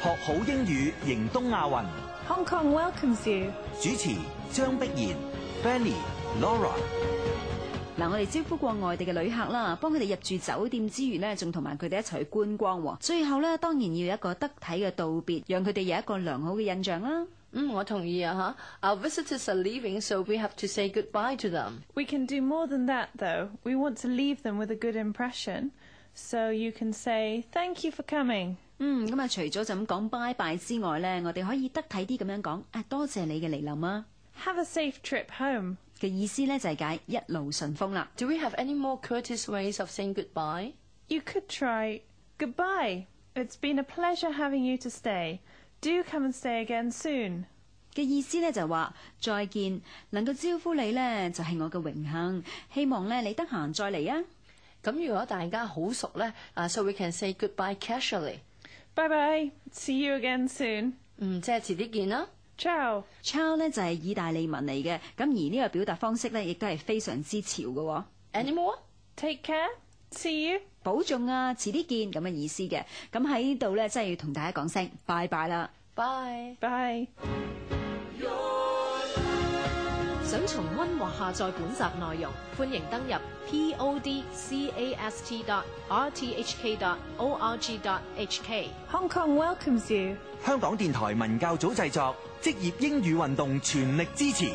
好英語迎東亞運。 Hong Kong welcomes you。主持張碧然、Benny、Laura。嗱，我哋招呼過外地嘅旅客啦，幫佢哋入住酒店之餘呢，仲同埋佢哋一齊去觀光喎。最後呢，當然要有一個得體嘅道別，讓佢哋有一個良好嘅印象啦。 Mm, 我同意啊吓。Our visitors are leaving, so we have to say goodbye to them. We can do more than that though. We want to leave them with a good impression. So you can say thank you for coming. 嗯，咁啊，除咗就咁講拜拜之外呢，我哋可以得體啲咁樣講啊，多謝你嘅嚟臨啊 Have a safe trip home. 嘅意思呢，就係解一路順風啦。 Do we have any more courteous ways of saying goodbye? You could try goodbye. It's been a pleasure having you to stay. Do come and stay again soon. 嘅意思呢，就話再見，能夠招呼你呢，就係我嘅榮幸，希望呢，你得閒再嚟啊。咁如果大家好熟呢，啊、s o we can say goodbye casually。 Bye bye. See you again soon. 嗯，即係遲啲見啦。 Ciao. Ciao 呢，就係意大利文嚟嘅，咁而呢個表達方式呢，亦都係非常之潮嘅喎。 Any more？ Take care. See you. 保重啊，遲啲見咁嘅意思嘅。咁喺呢度呢，真係要同大家講聲拜拜啦。 Bye。 Bye. 想重温或下載本集內容，歡迎登入 podcast.rthk.org.hk。 Hong Kong welcomes you. 香港電台文教組製作，職業英語運動全力支持。